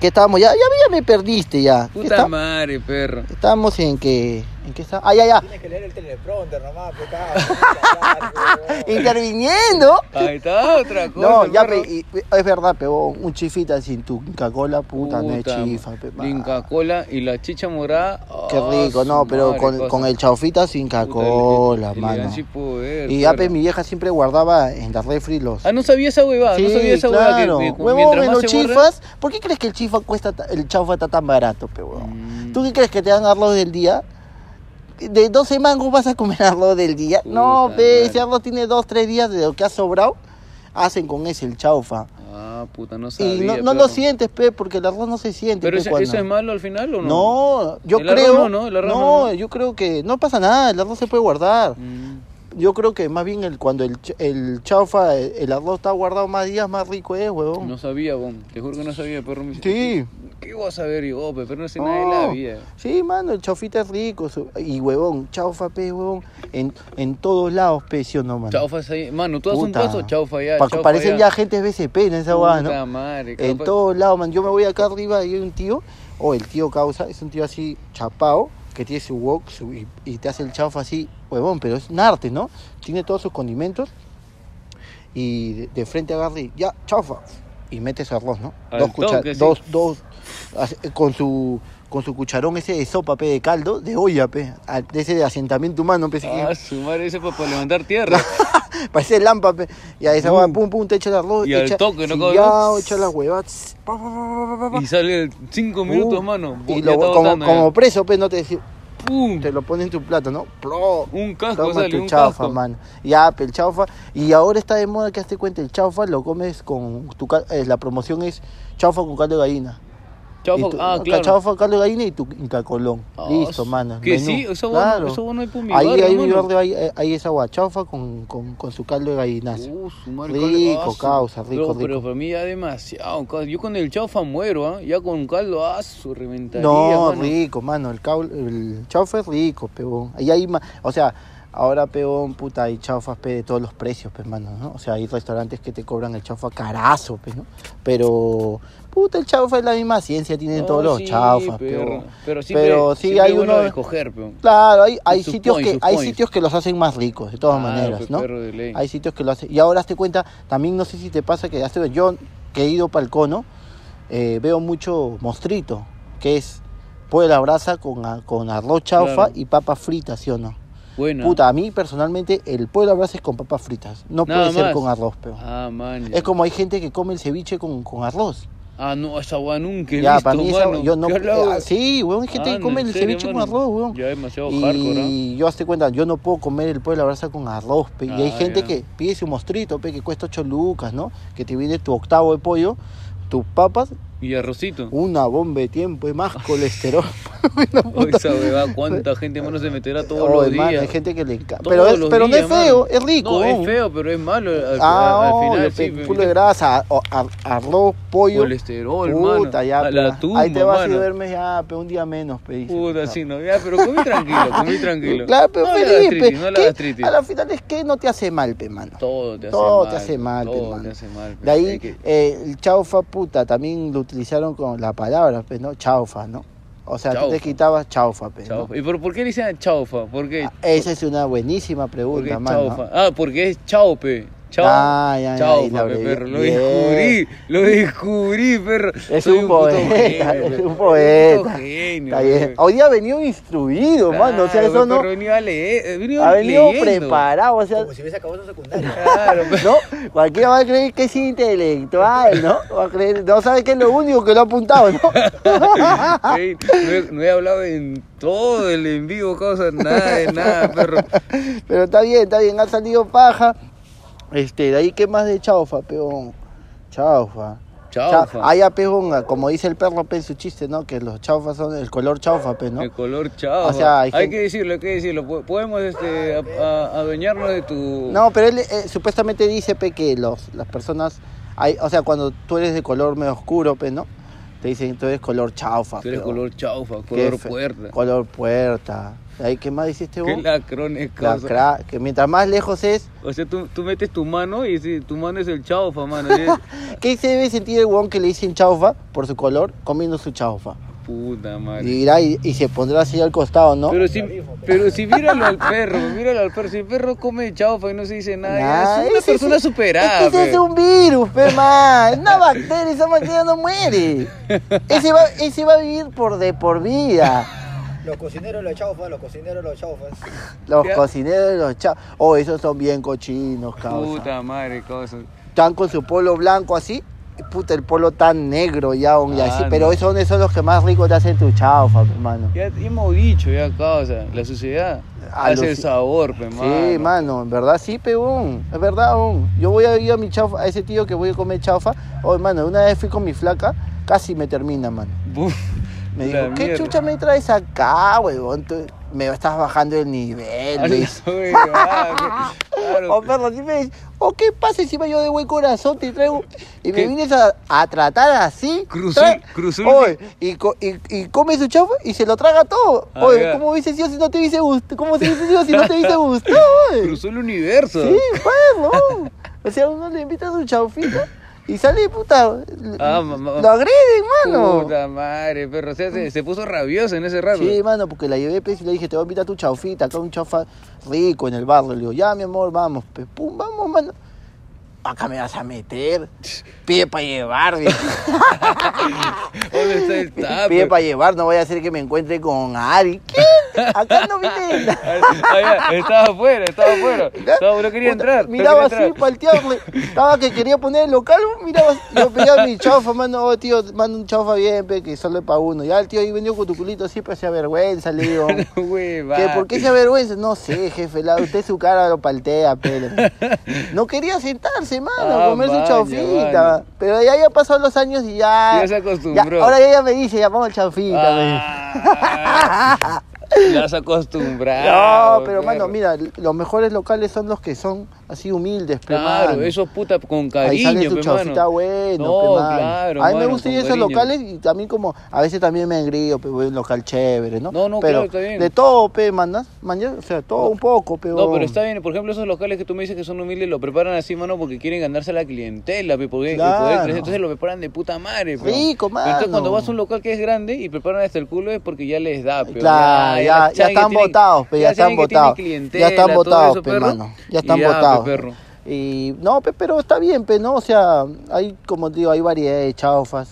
A: ¿Qué estábamos? Ya, ya, ya me perdiste ya. ¿Qué
B: Puta
A: está-
B: madre, perro.
A: estábamos en que. ¿En qué está? Ah, ya, ya.
C: Tienes que leer el teleprompter nomás, pues, cabrón.
A: Interviniendo.
B: Ahí está otra cosa.
A: No, ya,
B: perro.
A: pe, y- es verdad, pero un chifita sin tu Inca Cola, puta, no es
B: Puta,
A: chifa, pe, ma.
B: Inca cola y la chicha morada.
A: Qué
B: ah,
A: rico,
B: su
A: no, pero
B: madre,
A: con,
B: cosa.
A: con el chaufita sin Inca
B: Puta, el-
A: Cola,
B: el-
A: mano.
B: elegancia y poder,
A: Y ya, pe,
B: perro.
A: mi vieja siempre guardaba en la refri los.
B: Ah, no sabía esa huevada, no sabía esa huevada que-
A: claro.
B: que,
A: Huevón,
B: mientras
A: en
B: más
A: los
B: se borra-
A: chifas, ¿por qué crees que el chifa cuesta ta- el chaufa está tan barato, pe huevón?
B: Mm.
A: ¿Tú qué crees que te dan arroz del día? De 12 mangos vas a comer arroz del día. no,
B: Puta
A: pe,
B: madre.
A: ese arroz tiene 2, 3 días de lo que ha sobrado, hacen con ese el chaufa.
B: Ah, puta, no sabía.
A: Y no, no
B: perro.
A: lo sientes, pe, porque el arroz no se siente.
B: Pero
A: pe,
B: eso,
A: cuando-
B: eso es malo al final o no?
A: No, yo
B: El arroz
A: creo.
B: no, ¿no? El arroz no, ¿no?
A: yo creo que no pasa nada, el arroz se puede guardar.
B: Mm.
A: Yo creo que más bien el, cuando el, ch- el chaufa, el, el arroz está guardado más días, más rico es, huevón.
B: No sabía, bon. Te juro que no sabía, perro. Me-
A: Sí. Oh.
B: ¿Qué voy a saber yo, pe? Pero no sé nada de Este la
A: No.
B: vida.
A: Sí, mano, el chaufita es rico. su- Y huevón, chaufa, pe, huevón. En, en todos lados, pe, sí o no, mano.
B: Chaufa es ahí. Mano, tú haces un
A: Puta.
B: paso, chaufa ya.
A: Pa-
B: chaufa
A: parecen ya
B: ya.
A: agentes BCP en esa huevada, ¿no?
B: Puta madre,
A: En
B: capaz-
A: todos lados, man. Yo me voy acá arriba y hay un tío, o el tío causa, es un tío así chapao, que tiene su wok su- y, y te hace el chaufa así, huevón, pero es un arte, ¿no? Tiene todos sus condimentos y de, de frente agarra y ya, chaufa, y mete su arroz, ¿no?
B: Al
A: dos cucharas,
B: toque, sí.
A: dos, dos, así, con su con su cucharón ese de sopa, pe, de caldo, de olla, pe, al- de ese de asentamiento humano, pe, ese que-
B: Ah, su madre ese para levantar tierra.
A: Parece lampa, pe. Y a esa
B: Uh.
A: hueá, pum, pum, te echa el arroz.
B: Y al
A: echa-
B: toque, ¿no?
A: sí,
B: Como-
A: Ya, echa las huevas. pa, pa, pa, pa, pa, pa.
B: y sale el cinco minutos,
A: Uh,
B: mano.
A: Y
B: Ya
A: lo-
B: está
A: como,
B: botando ya.
A: como preso, pe, no te, deci-
B: ¡Pum!
A: te lo pone en tu plato, ¿no? Pro.
B: Un casco
A: Toma
B: sale,
A: tu
B: un
A: chaufa,
B: casco.
A: mano. Ya, pe, el chaufa. Y ahora está de moda que hazte cuenta, el chaufa lo comes con tu cal- eh, la promoción es chaufa con caldo de gallina.
B: Chaufa,
A: Y tu-
B: ah,
A: ca-
B: claro.
A: Chaufa, caldo de gallina y tu incacolón.
B: Ah,
A: Listo,
B: su-
A: mano.
B: que
A: menú.
B: sí, eso bueno-
A: claro.
B: eso bueno hay por mi
A: Ahí
B: barrio,
A: hay mi
B: mano.
A: barrio, hay, eh, hay esa guachaufa con, con, con su caldo de gallinazo.
B: Uh, su madre,
A: Rico,
B: caldo- ah, su-
A: causa, rico,
B: Pero-
A: rico.
B: Pero para mí ya demasiado. ca- Yo con el chaufa muero, ¿ah? Ya con caldo, ah, su reventaría,
A: No,
B: mano.
A: rico, mano. El, cau- el chaufa es rico, peón. Ahí hay más. O sea, ahora, peón, puta, hay chaufas pe, de todos los precios, pe, mano, ¿no? O sea, hay restaurantes que te cobran el chaufa carazo, pe, ¿no? Pero, puta, el chaufa es la misma ciencia, tienen
B: No,
A: todos los
B: Oh, sí,
A: chaufas,
B: perro.
A: peón.
B: Pero sí,
A: Pero
B: pe-
A: sí
B: siempre
A: hay
B: es bueno
A: uno-
B: de escoger, peón.
A: Claro, hay, hay
B: Sus
A: sitios
B: points,
A: que
B: sus
A: hay
B: points.
A: sitios que los hacen más ricos, de todas
B: Claro,
A: maneras,
B: pe,
A: ¿no?
B: perro de ley.
A: Hay sitios que lo hacen. Y ahora te cuenta, también no sé si te pasa que hazte cuenta, yo que he ido para el cono, eh, veo mucho mostrito, que es pollo a la brasa con, a- con arroz chaufa
B: Claro.
A: y papas fritas, ¿sí o no?
B: Bueno.
A: Puta, a mí personalmente el pollo a la brasa es con papas fritas, no
B: Nada
A: puede ser
B: más.
A: con arroz, pero.
B: Ah, man. ya.
A: Es como hay gente que come el ceviche con, con arroz.
B: Ah, no, esa hueá nunca he
A: ya,
B: visto,
A: para mí esa-
B: mano.
A: yo no.
B: ¿Qué hablaba?
A: ah, sí, weón, hay gente
B: Ah,
A: que
B: no,
A: come
B: en
A: el
B: serio,
A: ceviche
B: mano.
A: con arroz, weón.
B: Ya demasiado hardcore, ¿ah?
A: Y yo hazte cuenta, yo no puedo comer el pollo a la brasa con arroz, pe. y hay
B: Ah,
A: gente
B: ya.
A: que pide su mostrito, pe, que cuesta 8 lucas, ¿no? Que te viene tu octavo de pollo, tus papas,
B: Y arrocito.
A: una bomba de tiempo y más colesterol.
B: Uy, esa huevada, cuánta gente, mano, se meterá todos
A: Oh,
B: los
A: hermano,
B: días.
A: hay gente que le encanta.
B: Todos
A: Pero, es-
B: los
A: pero no es
B: días, mano.
A: feo, es rico.
B: No,
A: ¿no?
B: es feo, pero es malo. Al,
A: Ah,
B: al- al
A: oh,
B: final,
A: pe-
B: sí. pe-
A: culo de grasa, o- ar- arroz, pollo.
B: Colesterol,
A: Puta,
B: mano.
A: ya,
B: A
A: pe,
B: la tumba,
A: Ahí te vas
B: mano.
A: a verme ya, pe, un día menos, pe, dice.
B: Puta,
A: No.
B: sí, no. Ya, pero comí tranquilo, comí tranquilo.
A: Claro, pero
B: no la
A: Felipe,
B: gastritis, no la
A: ¿qué?
B: gastritis.
A: a la final es que no te hace mal, pe, mano.
B: Todo te hace
A: Todo
B: mal.
A: te hace mal, pe,
B: Todo
A: mano.
B: te hace mal. pe.
A: De ahí,
B: Hay que-
A: eh, el chaufa, puta, también lo utilizaron con la palabra, pe, ¿no? Chaufa, ¿no? O sea, tú
B: Chaufa.
A: te quitabas chaufa, pe, ¿no?
B: Chaufa. ¿Y por, por qué le dicen chaufa? ¿Por qué?
A: Ah, Esa es una buenísima
B: ¿Por qué
A: pregunta, mano.
B: chaufa? Ah, porque es chaupe. Chau,
A: Ah, ya, ya, ahí la
B: chaufa, pe,
A: abrevi-
B: perro. Lo
A: Bien.
B: descubrí, lo descubrí, perro.
A: Es
B: Soy
A: un
B: puto
A: poeta,
B: genio,
A: es
B: pe.
A: un poeta.
B: puto genio,
A: Está
B: pe.
A: bien. Hoy día ha venido instruido, mano. O sea,
B: Claro,
A: eso
B: pe,
A: no.
B: perro, he venido a leer, he venido
A: Ha venido
B: leyendo.
A: preparado, o sea,
C: Como si hubiese acabado su secundaria.
B: Claro, pe.
A: ¿no? Cualquiera va a creer que es intelectual, ¿no? Va a creer, no sabe que es lo único que lo ha apuntado, ¿no?
B: Ey, no, he, no he hablado en todo el en vivo, cosas, nada de nada, perro.
A: Pero está bien, está bien, ha salido paja. Este, de ahí, ¿qué más de chaufa, peón? Chaufa.
B: Chaufa.
A: Ah, ya, peón, como dice el perro, pe, en su chiste, ¿no? Que los chaufas son el color chaufa, pe, ¿no?
B: El color chaufa.
A: O sea, hay
B: hay,
A: gente-
B: que decirlo, hay que decirlo. Po- Podemos este, a- a- adueñarnos de tu.
A: No, pero él eh, supuestamente dice pe, que los, las personas, hay, o sea, cuando tú eres de color medio oscuro, pe, ¿no? Te dicen tú eres color chaufa.
B: Tú eres
A: pero-
B: color chaufa,
A: qué
B: color
A: fe-
B: puerta.
A: Color puerta. Ahí, ¿Qué más dijiste vos?
B: Qué lacrón es
A: La
B: cosa.
A: cra- que mientras más lejos es,
B: O sea, tú, tú metes tu mano y si tu mano es el chaufa, mano. así es.
A: ¿qué se debe sentir el huevón que le dicen chaufa por su color comiendo su chaufa?
B: Puta
A: Y,
B: madre.
A: dirá, y, y se pondrá así al costado, ¿no?
B: Pero si, pero si míralo al perro, míralo al perro. Si el perro come chaufa y no se dice nada, ya
A: Nah,
B: es una
A: ese-
B: persona superada.
A: Es que ese es
B: pe.
A: un virus, pe, man. Una bacteria, esa bacteria no muere. Ese va, ese va a vivir por de por vida.
C: Los cocineros los chaufas, los cocineros los chaufas.
A: Los
B: Ya.
A: cocineros de los chavos. Oh, esos son bien cochinos, causa.
B: Puta madre, cosas.
A: Están con su polo blanco así. y Puta, el polo tan negro ya, un- y
B: Ah,
A: así.
B: no.
A: Pero esos son los que más ricos te hacen tu chaufa, pe, hermano.
B: Ya hemos dicho, ya causa, la suciedad
A: A
B: hace
A: los-
B: el sabor, pe, mano.
A: Sí, mano, en verdad sí, peón. Es verdad, un. Yo voy a ir a mi chaufa, a ese tío que voy a comer chaufa. Oh, hermano, una vez fui con mi flaca, casi me termina, mano.
B: Buf,
A: Me
B: la
A: dijo, ¿qué
B: mierda.
A: chucha me traes acá, huevón? Tú- me estás bajando el nivel,
B: A
A: me
B: la
A: dice.
B: huevada, pe.
A: Oh,
B: ah, Claro,
A: perro, sí me dice, oh, ¿qué pasa encima yo de buen corazón te traigo? Y me
B: ¿Qué?
A: vienes a, a tratar así.
B: Cruzó-
A: Trae-
B: cruzó el-
A: Oye, y, co- y, y come su chaufa y se lo traga todo.
B: Ah,
A: Oye,
B: ya.
A: ¿cómo hubiese sido si no te hubiese gustado? ¿Cómo se hubiese sido si no te hubiese gustado? oye?
B: cruzó el universo.
A: Sí, perro. O sea, uno le invita a su chaufita y sale, puta. l-
B: Ah, mamá.
A: lo agreden, mano.
B: Puta madre, perro. O sea, se, se puso rabioso en ese rato.
A: Sí, mano, porque la llevé pues, y le dije, te voy a invitar a tu chaufita, acá un chaufa rico en el barrio. Le digo, ya, mi amor, vamos. Pues, pum, vamos, mano. Acá me vas a meter. Pide para llevar, dijo.
B: ¿Dónde está pues. el tap?
A: Pide
B: pe?
A: para llevar, no vaya a ser que me encuentre con Ari. ¿Quién? Acá no viene nada.
B: Ah, ah, ya, Estaba afuera, estaba afuera. Estaba, no quería
A: Puta,
B: entrar. no
A: Miraba
B: quería
A: así,
B: entrar.
A: paltearle. Estaba que quería poner el local, miraba así. Yo pedía mi chaufa, mano, oh, tío, manda un chaufa bien, pe, que solo es para uno. Ya el tío ahí venido con tu culito así, pero se avergüenza, le digo.
B: Hueva.
A: ¿Que ¿Por qué se avergüenza? No sé, jefe. La, usted su cara lo paltea, pero. No quería sentarse, mano,
B: Ah,
A: a comer
B: vaya,
A: su chaufita.
B: vaya.
A: Pero ya ya pasado los años y ya.
B: Ya se acostumbró.
A: ya- ahora ya ella me dice, ya vamos al chaufita.
B: Ah, Ya se
A: me dice.
B: acostumbrado.
A: No, pero mano,
B: perro.
A: mira, los mejores locales son los que son así humildes, pe,
B: Claro,
A: mano.
B: eso es puta con
A: Ahí
B: cariño,
A: sale su
B: pe,
A: chaufita
B: mano.
A: bueno,
B: No,
A: pe, mano.
B: claro,
A: A mí me
B: mano,
A: gustan
B: con
A: esos
B: cariño.
A: locales y también como, a veces también me engrío, pero un local chévere, ¿no?
B: No, no,
A: pero
B: claro, está bien.
A: De todo, pe, manas, mañana, o sea, todo un poco, pero...
B: No, pero está bien. Por ejemplo, esos locales que tú me dices que son humildes lo preparan así, mano, porque quieren ganarse a la clientela, pe, porque el poder
A: Claro.
B: crecer, entonces lo preparan de puta madre, pe.
A: Rico,
B: Pero Entonces,
A: mano.
B: cuando vas a un local que es grande y preparan hasta el culo es porque ya les da, pe.
A: Claro, ya-
B: las
A: ya
B: saben que
A: están
B: tienen-
A: botados, pe, ya están
B: saben que tienen
A: botados.
B: clientela,
A: Ya están
B: todo
A: botados,
B: eso,
A: pe,
B: perro.
A: mano. Ya
B: Y
A: están
B: pe,
A: botados.
B: perro.
A: Y, no, pe, pero está bien, pe, ¿no? O sea, hay, como te digo, hay variedad de chaufas.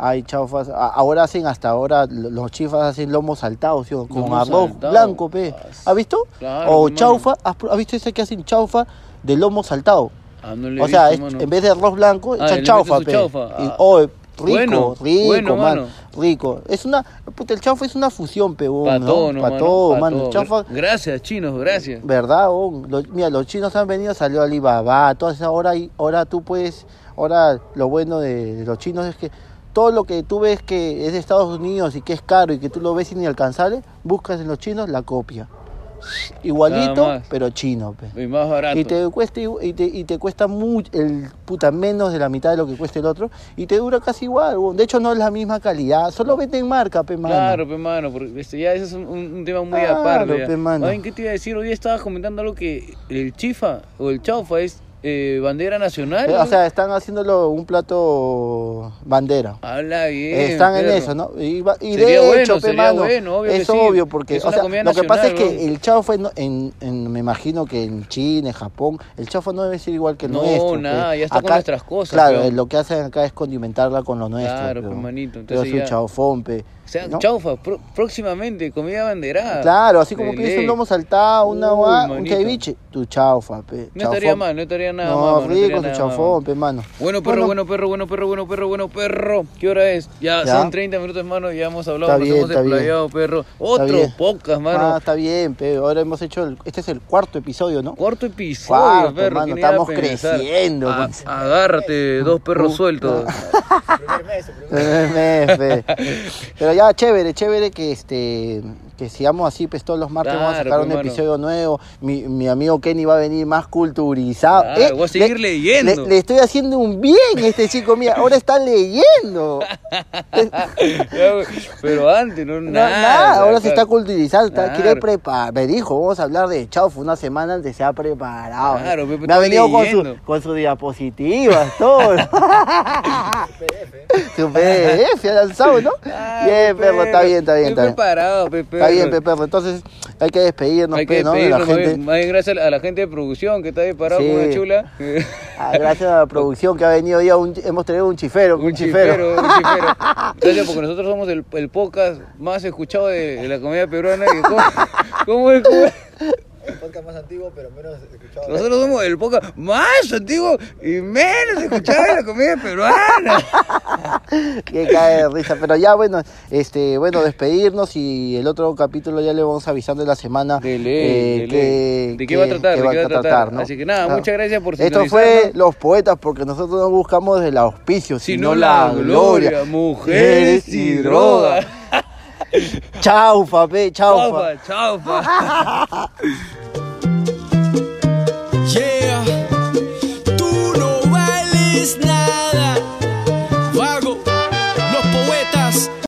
A: Hay chaufas. A- ahora hacen, hasta ahora, lo- los chifas hacen lomo saltado, ¿sí? con
B: Lomo
A: arroz
B: saltado.
A: blanco, pe.
B: Ah, sí.
A: ¿Has visto?
B: Claro,
A: o
B: pe, mano.
A: chaufa, ¿has, pro- has visto ese que hacen chaufa de lomo saltado?
B: Ah, no le he
A: o sea,
B: visto,
A: es-
B: mano.
A: en vez de arroz blanco,
B: Ah, le
A: echan
B: meten
A: chaufa,
B: su
A: pe.
B: chaufa.
A: Y-
B: Ah.
A: oh, rico,
B: Bueno,
A: rico,
B: bueno,
A: mano.
B: mano.
A: Rico. Es una, puta, el chaufa es una fusión, pe, ¿no?
B: Pa' todo, no,
A: Pa'
B: mano,
A: todo,
B: pa'
A: mano.
B: todo.
A: Chaufa,
B: Gracias, chinos, gracias.
A: ¿Verdad? oh? Lo- mira, los chinos han venido, salió Alibaba, todas esas, ahora, y- ahora tú puedes, ahora lo bueno de, de los chinos es que todo lo que tú ves que es de Estados Unidos y que es caro y que tú lo ves inalcanzable, buscas en los chinos la copia. Igualito,
B: más.
A: pero chino. pe.
B: Y más barato.
A: Y te cuesta, igu- y te, y te cuesta mucho, el puta menos de la mitad de lo que cuesta el otro, y te dura casi igual. huevón. De hecho, no es la misma calidad, solo venden marca, pe mano.
B: Claro, pe mano, porque este, ya ese es un, un- un tema muy
A: Claro,
B: aparte. ya.
A: pe, mano.
B: Ay, ¿qué te iba a decir? Hoy día estabas comentando algo que el chifa o el chaufa es eh, bandera nacional.
A: Eh,
B: ¿no?
A: O sea, están haciéndolo un plato bandera.
B: Habla Ah, bien.
A: Eh, Están en
B: perro.
A: eso, ¿no? Y, va- y de
B: Sería bueno,
A: hecho, pe,
B: sería
A: mano,
B: bueno, obvio que
A: es
B: sí.
A: obvio, porque
B: Es
A: o
B: una
A: sea,
B: comida
A: lo que pasa es
B: nacional,
A: que
B: weón.
A: el chaufa, no- en, en- me imagino que en China, en Japón, el chaufa no debe ser igual que el
B: No,
A: nuestro. pe.
B: nada, ya está con nuestras cosas,
A: Claro,
B: weón.
A: lo que hacen acá es condimentarla con lo nuestro.
B: Claro,
A: pe,
B: pe,
A: weón.
B: manito,
A: Pero
B: entonces
A: es un
B: ya-
A: chaufón, pe,
B: O sea,
A: ¿no?
B: chaufa, pro- próximamente, comida banderada.
A: Claro, así como
B: De
A: pides un
B: ley.
A: lomo saltado, una
B: Uy,
A: guá- un
B: manito.
A: ceviche, tu chaufa, pe.
B: No estaría
A: chaufón.
B: mal, no estaría nada
A: no,
B: mal. mano, no estaría
A: rico, tu
B: nada
A: chaufón,
B: mal.
A: pe, mano.
B: Bueno, perro, bueno, perro, bueno, perro, bueno, perro, bueno, perro. ¿Qué hora es? Ya,
A: Ya.
B: son 30 minutos, mano, ya hemos hablado,
A: Está
B: nos
A: bien,
B: hemos
A: está bien.
B: desplayado, perro.
A: está
B: Otro
A: bien.
B: podcast,
A: Ah,
B: mano.
A: está bien, pe. Ahora hemos hecho, el- este es el cuarto episodio, ¿no?
B: Cuarto episodio,
A: Cuarto,
B: perro.
A: mano,
B: ¿quién iba a
A: estamos
B: pensar?
A: creciendo,
B: A-
A: pues.
B: agárrate, dos perros sueltos.
C: Primer mes, el primer mes.
A: Mes, fe. Eh, Pero ya, chévere, chévere que este que sigamos así, pues todos los martes vamos a
B: Claro,
A: sacar
B: pues,
A: un
B: mano.
A: episodio nuevo. Mi, mi amigo Kenny va a venir más culturizado. Eh,
B: Claro, voy a seguir leyendo.
A: Le, le estoy haciendo un bien a este chico, mira, ahora está leyendo.
B: Ya, güey, Pero antes, no,
A: No,
B: nada.
A: nada, ahora se está
B: claro.
A: culturizando, está,
B: Claro.
A: quiere preparar. Me dijo, vamos a hablar de Chaufa una semana antes, se ha preparado.
B: Claro, pe-
A: me
B: está
A: ha venido con, su-
B: leyendo.
A: con sus diapositivas, todo.
C: PDF.
A: Su PDF ha lanzado, ¿no?
B: Ah,
A: bien, perro, está bien, está bien,
B: Estoy
A: está bien.
B: preparado, pe,
A: Está bien, pe,
B: perro.
A: perro. Entonces hay que despedirnos,
B: Hay
A: pe,
B: que
A: ¿no? De la
B: despedirnos, más bien-
A: gente.
B: más bien gracias a la gente de producción que está ahí parado
A: Sí.
B: con una chula.
A: Ah, gracias a la producción que ha venido ya, un- hemos traído un chifero.
B: Un chifero, un chifero. Gracias, porque nosotros somos el, el podcast más escuchado de, de la comedia peruana. que ¿Cómo, cómo es? cómo es?
C: El podcast más antiguo, pero menos escuchado.
B: Nosotros somos el podcast más antiguo y menos escuchado de la comedia peruana.
A: Que cae de risa. Pero ya, bueno, este, bueno, despedirnos y el otro capítulo ya le vamos avisando en la semana. eh,
B: De ley, de
A: que-
B: ley. ¿De qué va a tratar?
A: que
B: ¿De qué va a tratar?
A: ¿no?
B: Así que nada,
A: Claro.
B: muchas gracias por
A: Esto fue
B: sintonizarnos.
A: Los Poetas, porque nosotros no buscamos el auspicio, sino, la, gloria.
B: mujeres y drogas.
A: Chaufa, pe, chaufa.
B: Chaufa, chaufa.